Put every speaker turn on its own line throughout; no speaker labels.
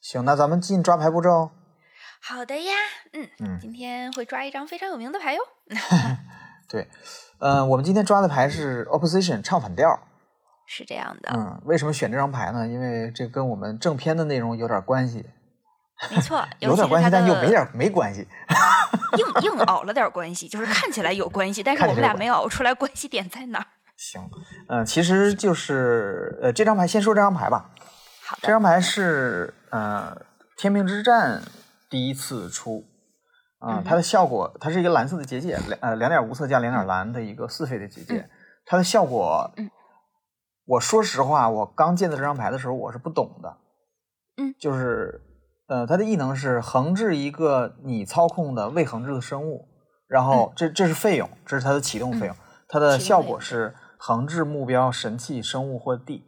行，那咱们进抓牌步骤。
好的呀，嗯，
嗯
今天会抓一张非常有名的牌哟。
对，嗯、我们今天抓的牌是 opposition 唱反调。
是这样的，
嗯，为什么选这张牌呢？因为这跟我们正片的内容有点关系，
没错，
嗯
尤
有点
其是
关系
它，
但又
的
没点没关系。
硬硬熬了点关系，就是看起来有关 系，但是
看
我
起
们
来
俩
有
没熬出来关系点在 哪儿。
行，嗯、其实就是呃，这张牌先说这张牌吧。
好
这
的，
张牌是呃，天命之战第一次出，啊、
嗯哼
它的效果，它是一个蓝色的结界，两呃两点无色加两点蓝的一个四费的结界，它的效果，
嗯
我说实话，我刚见到这张牌的时候我是不懂的，
嗯，
就是呃，它的异能是横置一个你操控的未横置的生物，然后这这是费用，这是它的启动费用，它的
嗯启动
效
费
果
用
是横置目标神器生物或地。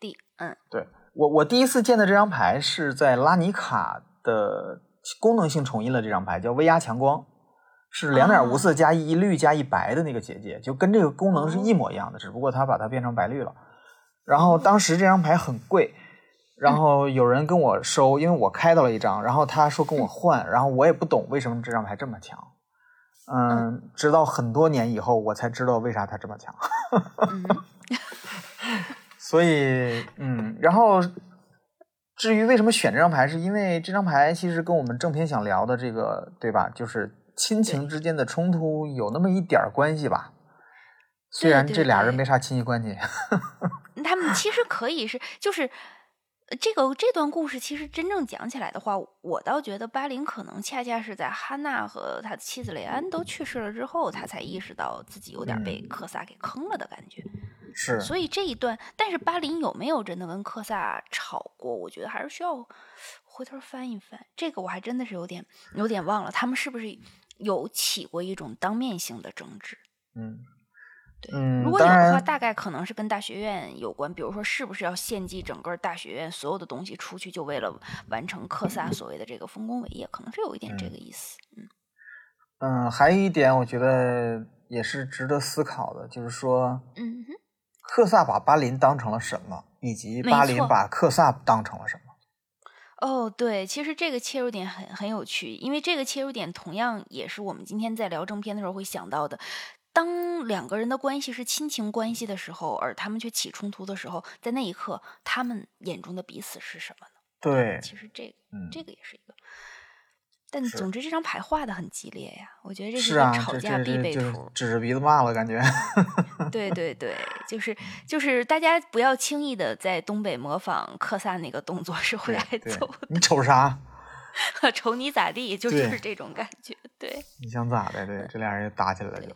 D，嗯
对我，我第一次见的这张牌是在拉尼卡的功能性重印了这张牌，叫威压强光，是两点无色加一绿加一白的那个结界，就跟这个功能是一模一样的，只不过它把它变成白绿了。然后当时这张牌很贵，然后有人跟我收，因为我开到了一张，然后他说跟我换，然后我也不懂为什么这张牌这么强。嗯，直到很多年以后，我才知道为啥它这么强。
嗯哼，
所以，嗯，然后至于为什么选这张牌，是因为这张牌其实跟我们正片想聊的这个，对吧？就是亲情之间的冲突有那么一点儿关系吧。虽然
对
这俩
对
人没啥亲戚关系，
他们其实可以是，就是呃这个这段故事，其实真正讲起来的话，我倒觉得巴林可能恰恰是在哈娜和他的妻子雷安都去世了之后，他才意识到自己有点
嗯
被科萨给坑了的感觉。
是
所以这一段，但是巴林有没有真的跟科萨吵过？我觉得还是需要回头翻一翻。这个我还真的是有点有点忘了，他们是不是有起过一种当面性的争执？
嗯
对
嗯
如，果有
当
的话，
然
大概可能是跟大学院有关，比如说是不是要献祭整个大学院所有的东西出去，就为了完成克萨所谓的这个丰功伟业，可能是有一点这个意思。嗯
嗯，还有一点我觉得也是值得思考的，就是说
嗯哼，
克萨把巴林当成了什么，以及
没
巴林
错
把克萨当成了什么。
哦，对，其实这个切入点很很有趣，因为这个切入点同样也是我们今天在聊正片的时候会想到的。当两个人的关系是亲情关系的时候，而他们却起冲突的时候，在那一刻，他们眼中的彼此是什么呢？
对，
其实这个
嗯，
这个也是一个。但
是
总之，这张牌画的很激烈呀，我觉得这
是
一个
啊，
吵
这
架
这
必
这
备
就是
图。
指着鼻子骂了，感觉。
对对对，
嗯
就是就是，大家不要轻易的在东北模仿克萨那个动作是会
对
挨
哎对
揍
你瞅啥？
的，瞅你咋地，就
对
是这种感觉。对，
你想咋 的？对，这俩人打起来了就。
这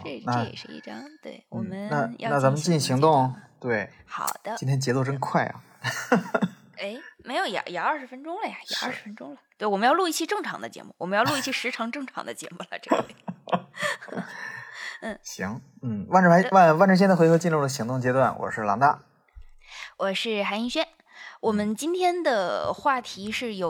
行，那
这也是一张。对，我
嗯
们
那
要
那咱们进行动
阶段。
对，
好的，
今天节奏真快啊！
哎，没有也也二十分钟了呀，也
是
二十分钟了。对，我们要录一期正常的节目，我们要 录一期时长正常的节目了。这回
行，嗯，万智牌万万智仙的回合进入了行动阶段，我是狼大。嗯
我是韩逸轩，我们今天的话题是有。